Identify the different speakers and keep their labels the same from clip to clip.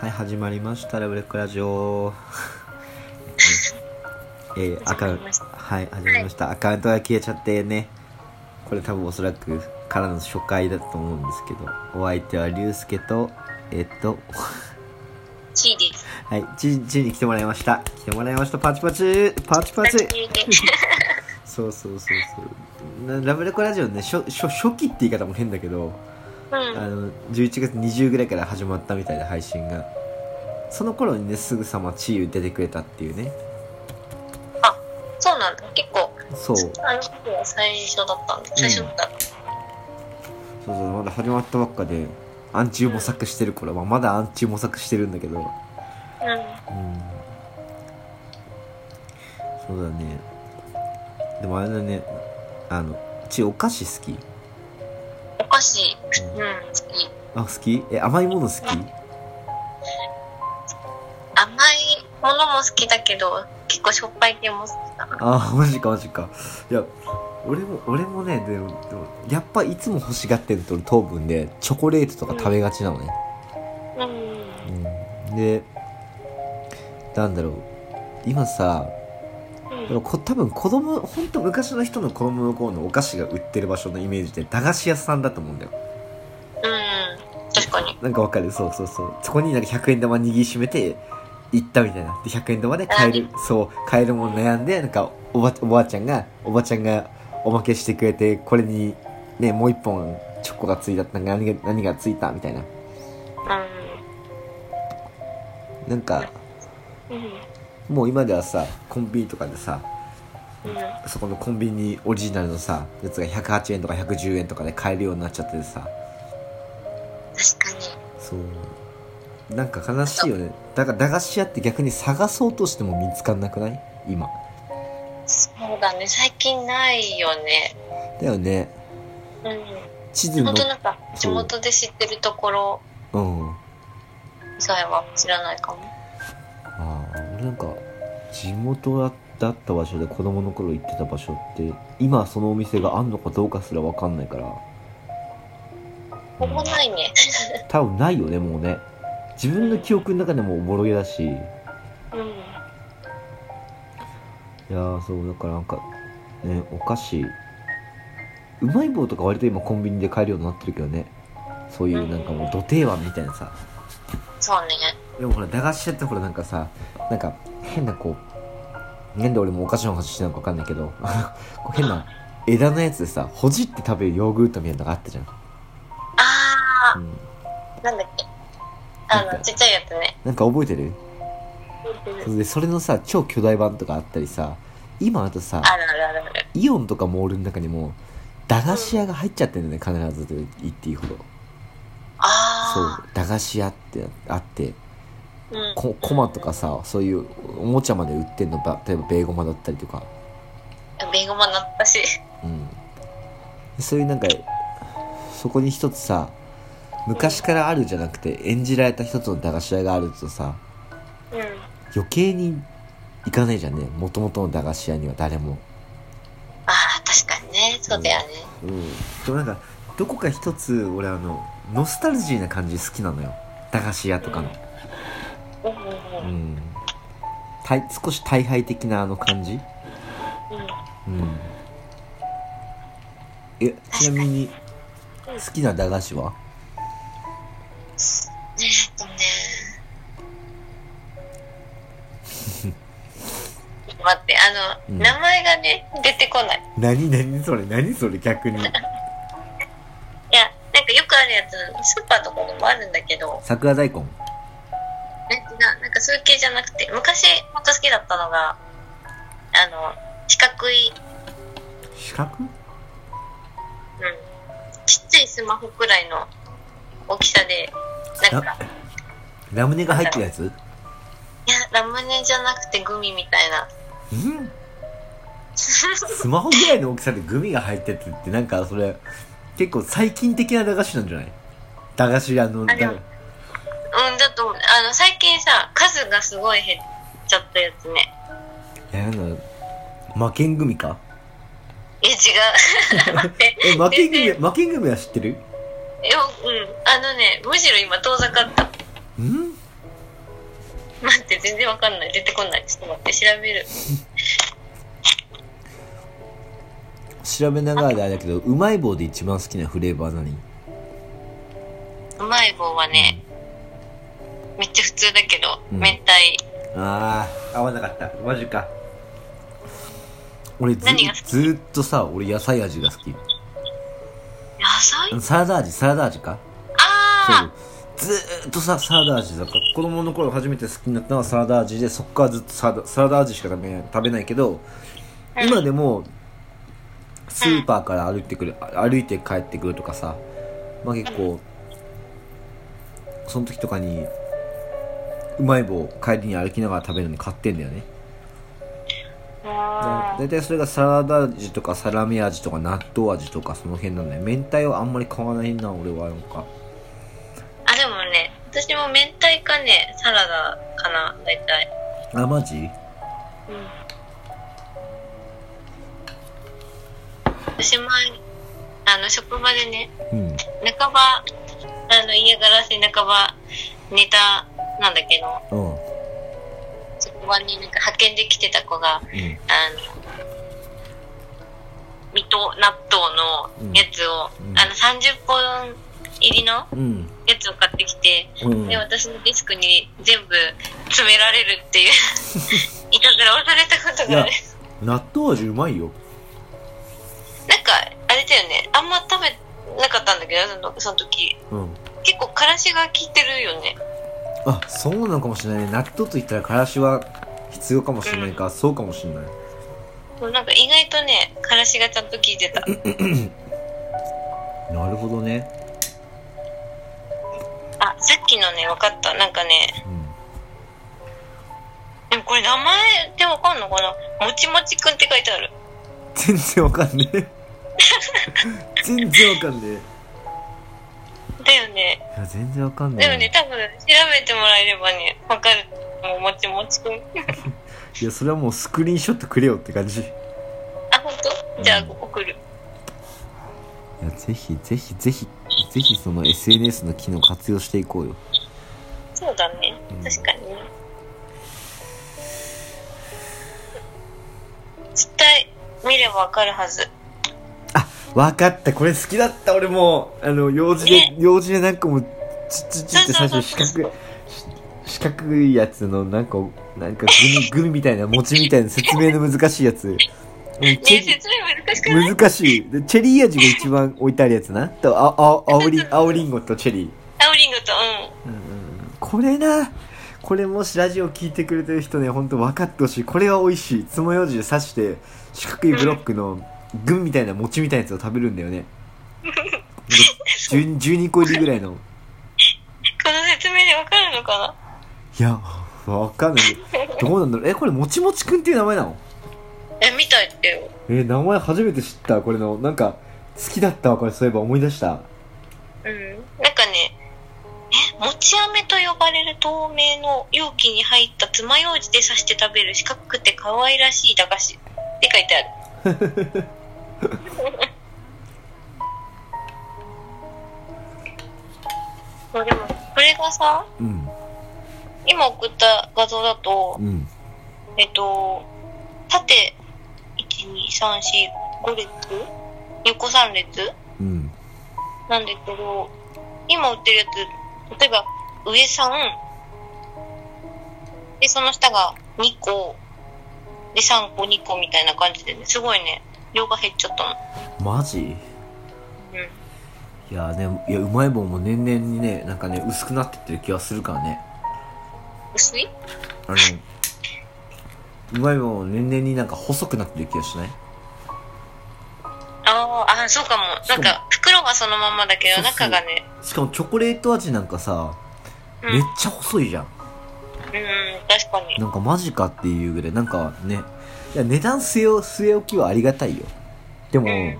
Speaker 1: はい始まりましたラブレックラジ オえー、アカウントはい始まりました、アカウントが消えちゃってねこれ多分おそらくからの初回だと思うんですけどお相手は竜介とえっと
Speaker 2: C です。
Speaker 1: はいちちに来てもらいました来てもらいましたパチパチパチパチ そうそうそうそうなラブレコラジオね初初初期って言い方も変だけど
Speaker 2: う
Speaker 1: あ
Speaker 2: ん。
Speaker 1: の11月20ぐらいから始まったみたいな配信がその頃にねすぐさまチーユ出てくれたっていうね
Speaker 2: あ、そうなんだ。結構、
Speaker 1: そうそう
Speaker 2: あの時は最初だったんだ。最初だった。
Speaker 1: そうまだ始まったばっかでアンチ模索してる頃、まあ、まだアンチ模索してるんだけどうん
Speaker 2: うん。
Speaker 1: そうだねでもあれだねあのチーユお菓子好き
Speaker 2: お菓子、うん、好き。
Speaker 1: あ好きえ甘いもの好き
Speaker 2: 甘いものも好きだけど、結構しょっぱい系も好きだな。
Speaker 1: ああマジかマジかいや俺も俺もねでもでもやっぱいつも欲しがってるとる糖分でチョコレートとか食べがちなのね、
Speaker 2: うん。
Speaker 1: うん、でなんだろう今さ
Speaker 2: う
Speaker 1: こ
Speaker 2: ん。
Speaker 1: こ多分子供本当昔の人の子供の頃のお菓子が売ってる場所のイメージで駄菓子屋さんだと思うんだよ
Speaker 2: うん。確かに。
Speaker 1: なんかわかるそうそうそうそこになんか100円玉握りしめて行ったみたいなで100円玉で買えるそう買えるもの悩んでなんかおばおばあちゃんがおばちゃんがおまけしてくれてこれにねもう一本チョコがついたなんか何が何がついたみたいななんか
Speaker 2: うん。うん。
Speaker 1: もう今ではさコンビニとかでさ
Speaker 2: うん。
Speaker 1: そこのコンビニオリジナルのさやつが108円とか110円とかで買えるようになっちゃっててさ
Speaker 2: 確かに。
Speaker 1: そうなんか悲しいよねだから駄菓子屋って逆に探そうとしても見つかんなくない今
Speaker 2: そうだね。最近ないよね。
Speaker 1: だよね
Speaker 2: うん。
Speaker 1: 地図の
Speaker 2: 本当なんか、地元で知ってるところ
Speaker 1: うんあ
Speaker 2: 以外は知らないかも。
Speaker 1: あ俺なんか地元だった場所で子供の頃行ってた場所って今そのお店があんのかどうかすら分かんないから
Speaker 2: ほぼないね。
Speaker 1: 多分ないよねもうね自分の記憶の中でもおぼろげだし
Speaker 2: うん。
Speaker 1: いやーそうだからなんかねお菓子うまい棒とか割と今コンビニで買えるようになってるけどねそういうなんかもう土定番みたいなさ
Speaker 2: そうね。
Speaker 1: でもほら駄菓子屋ってほらなんかさなんか変なこうなんで俺もお菓子の話してるのか分かんないけど こう変な枝のやつでさほじって食べるヨーグルトみたいなのがあったじゃん、
Speaker 2: あ
Speaker 1: うん、
Speaker 2: ー、なんだっけ。
Speaker 1: なん
Speaker 2: あ
Speaker 1: か
Speaker 2: の、ちっちゃいやつね。
Speaker 1: なんか覚えてるそうでそれのさ超巨大版とかあったりさ今あとさ
Speaker 2: あるあるあるある。
Speaker 1: イオンとかモールの中にも駄菓子屋が入っちゃってるんだよね必ずと言っていいほどそう
Speaker 2: あ
Speaker 1: 駄菓子屋ってあって
Speaker 2: ー。うん。
Speaker 1: こコマとかさそういうおもちゃまで売ってんのば例えばベーゴマだったりとか、
Speaker 2: ビンゴもなったし。
Speaker 1: うん、そういうなんかそこに一つさ昔からあるじゃなくて演じられた一つの駄菓子屋があるとさ
Speaker 2: うん。
Speaker 1: 余計に行かないじゃんねもともとの駄菓子屋には誰も、
Speaker 2: あー、確かにね。そうだよね。
Speaker 1: うん、でもなんかどこか一つ俺あのノスタルジーな感じ好きなのよ駄菓子屋とかの、
Speaker 2: うんうん
Speaker 1: う
Speaker 2: うん。
Speaker 1: ん、たい少し大敗的なあの感じ
Speaker 2: うん。
Speaker 1: うんえちなみに
Speaker 2: う
Speaker 1: 好
Speaker 2: ん
Speaker 1: きな駄菓子は
Speaker 2: ねえっとね。待って、あの、
Speaker 1: うん
Speaker 2: 名前がね、出てこない。
Speaker 1: 何何それ何それ逆に
Speaker 2: いや、なんかよくあるやつ、スーパーとかでもあるんだけど、
Speaker 1: 桜大根
Speaker 2: え違うなんかそういう系じゃなくて、昔もっと好きだったのが、あの、四角い、
Speaker 1: 四角
Speaker 2: うん、ちっちゃいスマホくらいの大きさで、なんか、
Speaker 1: ラムネが入ってるやつ
Speaker 2: いや、ラムネじゃなくてグミみたいな。
Speaker 1: うんスマホぐらいの大きさでグミが入っててってなんかそれ結構最近的な駄菓子なんじゃない駄菓子屋の
Speaker 2: あでも
Speaker 1: だ
Speaker 2: うん、だと思う、あの、最近さ、数がすごい減っちゃったやつね。
Speaker 1: えなんだろう魔剣グミか
Speaker 2: え、違 う。待って。
Speaker 1: え魔剣グミ
Speaker 2: 全
Speaker 1: 魔剣グミは知ってる
Speaker 2: 然えうん。あのね、むしろ今遠ざかった。
Speaker 1: うん
Speaker 2: 全然わかんない。出てこない。ちょっと待って、調べる。
Speaker 1: 調べながらであれだけどうまい棒で一番好きなフレーバー何
Speaker 2: うまい棒はね、めっちゃ普通だけど、
Speaker 1: うん
Speaker 2: 明太。
Speaker 1: ああ合わなかったマジか俺ず
Speaker 2: 何が好き
Speaker 1: ずーっとさ俺野菜味が好き
Speaker 2: 野菜
Speaker 1: サラダ味サラダ味かそ
Speaker 2: あ
Speaker 1: うずーっとさサラダ味だから子供の頃初めて好きになったのはサラダ味でそっからずっとサラダサラダ味しか食べない食べないけど
Speaker 2: うん
Speaker 1: 今でもスーパーから歩いてくるあ歩いて帰ってくるとかさまあ結構その時とかにうまい棒帰りに歩きながら食べるのに買ってんだよね
Speaker 2: あ。あ
Speaker 1: だいたいそれがサラダ味とかサラミ味とか納豆味とかその辺なんだよ明太はあんまり買わないな俺はなんか
Speaker 2: あ、でもね、私も明太かね、サラダかな、大体。
Speaker 1: あマジ
Speaker 2: うん。私前、あの、職場でね、
Speaker 1: うん
Speaker 2: 半ば、あの、嫌がらせ半ば、ネタなんだけど、
Speaker 1: うん
Speaker 2: 職場になんか派遣で来てた子が、
Speaker 1: うん
Speaker 2: あの、水戸納豆のやつを、
Speaker 1: うん
Speaker 2: あの30本入りのや
Speaker 1: うん
Speaker 2: つを買ってきて、
Speaker 1: うん
Speaker 2: で、私のデスクに全部詰められる っていう、いたずらをされたこと
Speaker 1: い
Speaker 2: が
Speaker 1: や
Speaker 2: ある。
Speaker 1: 納豆味うまいよ
Speaker 2: なんか、あれだよね、あんま食べなかったんだけど、そのその時。
Speaker 1: うん
Speaker 2: 結構、からしが効いてるよね。
Speaker 1: あそうなのかもしれないね納豆といったらからしは必要かもしれないから、そうかもしれない
Speaker 2: なんか意外とね、からしがちゃんと効いてた。
Speaker 1: なるほどね
Speaker 2: あ、さっきのね、分かった。なんかね、
Speaker 1: うん
Speaker 2: でもこれ名前でわかんのかなもちもちくんって書いてある。
Speaker 1: 全然わかんね え全然わかんね
Speaker 2: だよね。
Speaker 1: えいや全然わかん
Speaker 2: で
Speaker 1: ね
Speaker 2: も
Speaker 1: え
Speaker 2: ね、多分調べてもらえればね、わかる。もうもちもちくん。
Speaker 1: いやそれはもうスクリーンショットくれよって感じい
Speaker 2: あ、本当？じゃあ送る。
Speaker 1: やぜひぜひぜひぜひその SNS の機能活用していこうよ
Speaker 2: そうだね
Speaker 1: うん。
Speaker 2: 確かにね。絶対見ればわかるはず。
Speaker 1: あわかったこれ好きだった俺もうあの用事で
Speaker 2: ね
Speaker 1: 用事でなんかもうチッチッチッって最初四
Speaker 2: そうそう
Speaker 1: 角い四角いやつのなんかなんかグミグ ミみたいな餅みたいな説明の難しいやつもう
Speaker 2: ね
Speaker 1: チェ
Speaker 2: 説明難しくない
Speaker 1: 難しいでチェリー味が一番置いてあるやつなとああ青り青りんごとチェリー
Speaker 2: タオリングと、う
Speaker 1: うんうんこれなこれもしラジオ聞いてくれてる人ね本当分かってほしいこれは美味しい爪楊枝で刺して四角いブロックのグンみたいな餅みたいなやつを食べるんだよね 12, 12個入りぐらいの
Speaker 2: ん。この説明でわかるのか
Speaker 1: いや分かんないどうなんだろうえこれもちもちくんっていう名前なの
Speaker 2: なえ、見たいってよ。
Speaker 1: え名前初めて知ったこれのなんか好きだったわこれそういえば思い出した
Speaker 2: うん。なんかね、え、もち飴と呼ばれる透明の容器に入った爪楊枝で刺して食べる四角くて可愛らしい駄菓子って書いてある。 そうでも、これがさ、
Speaker 1: うん
Speaker 2: 今送った画像だと
Speaker 1: う、ん
Speaker 2: えっと、縦、1、2、3、4、5列横3列
Speaker 1: うん
Speaker 2: なんだけど、今売ってるやつ、例えば上3、で、その下が2個、で、3個、2個みたいな感じでね、すごいね、量が減っちゃったの。
Speaker 1: マジ
Speaker 2: うん。
Speaker 1: いやねいやうまい棒も年々にねなんかね薄くなってってる気がするからね
Speaker 2: 薄い
Speaker 1: あのうまい棒も年々になんか細くなってる気がしない
Speaker 2: あーあー、そうかも。なんか、袋がそのまんまだけ
Speaker 1: そ
Speaker 2: ど、
Speaker 1: うそう
Speaker 2: 中がね、
Speaker 1: しかもチョコレート味なんかさ
Speaker 2: うん、
Speaker 1: め
Speaker 2: う
Speaker 1: っ
Speaker 2: ん、
Speaker 1: ちゃ細いじゃん
Speaker 2: 確かに。
Speaker 1: なんかマジかっていうぐらいなんかねいや値段据え置据え置きはありがたいよでも
Speaker 2: うん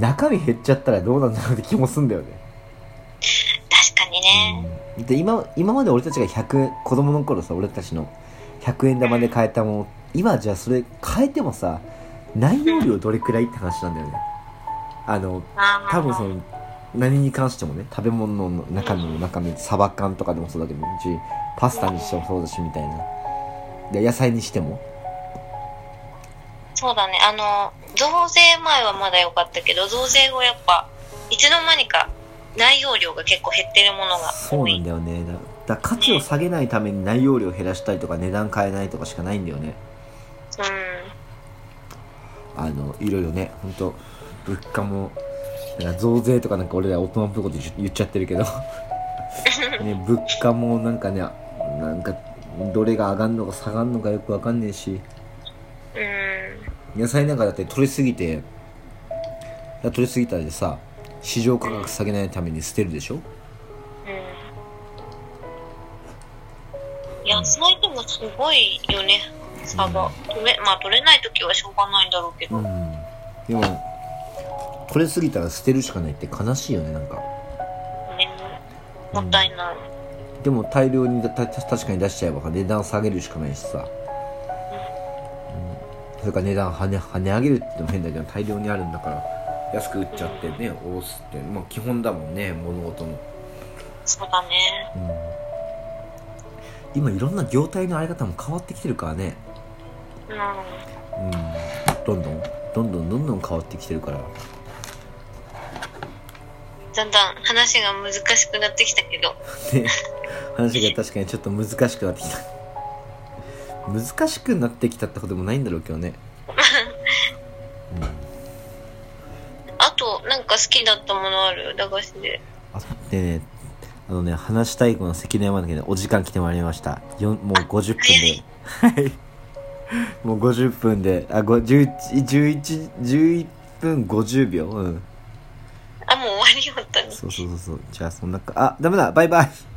Speaker 1: 中身減っちゃったらどうなんだろうって気もすんだよね
Speaker 2: 確かにね。
Speaker 1: で今今まで俺たちが100子供の頃さ俺たちの100円玉で買えたもの今じゃあそれ買えてもさ内容量どれくらいって話なんだよねあの
Speaker 2: あー
Speaker 1: 多分その何に関してもね食べ物の中の中身サバ缶とかでもそうだけどうちパスタにしてもそうだしみたいなで野菜にしても
Speaker 2: そうだねあの増税前はまだ良かったけど増税後やっぱいつの間にか内容量が結構減ってるものが
Speaker 1: そう
Speaker 2: 多
Speaker 1: なん
Speaker 2: い
Speaker 1: だよねだだ価値を下げないために内容量を減らしたりとか値段変えないとかしかないんだよね
Speaker 2: う
Speaker 1: あのいろいろね本当物価もなんか増税とかなんか俺ら大人っぽいこと言っ言っちゃってるけど、ね、物価もなんかねなんかどれが上がるのか下がるのかよくわかんねえし
Speaker 2: んうん
Speaker 1: 野菜なんかだって取りすぎて取りすぎたでさ市場価格下げないために捨てるでしょ
Speaker 2: 野菜でもすごいよねサバ、取れまあ取れない時はしょうがないんだろうけど、
Speaker 1: うんでも取れすぎたら捨てるしかないって悲しいよねなんか
Speaker 2: ねもったいない、
Speaker 1: でも大量にだた確かに出しちゃえば値段下げるしかないしさ、うん、それから値段跳ね跳ね上げるってのも変だけど大量にあるんだから安く売っちゃってねおろすって、まあ、基本だもんね物事の、
Speaker 2: そうだね
Speaker 1: うん、今いろんな業態のあり方も変わってきてるからね、
Speaker 2: うん
Speaker 1: うん、どんどんどんどんどんどん変わってきてるから
Speaker 2: だんだん話が難しくなってきたけど
Speaker 1: ね話が確かにちょっと難しくなってきた難しくなってきたってこともないんだろうけどね
Speaker 2: あとなんか好きだったものある駄菓子で
Speaker 1: あでねあのね話したいこの関根山だけどお時間来てまいりましたよんもう50分ではいもう50分であご11 11 11分50秒うん
Speaker 2: あもう終わりよったね
Speaker 1: そうそうそうそうじゃあそんなかあダメだバイバイ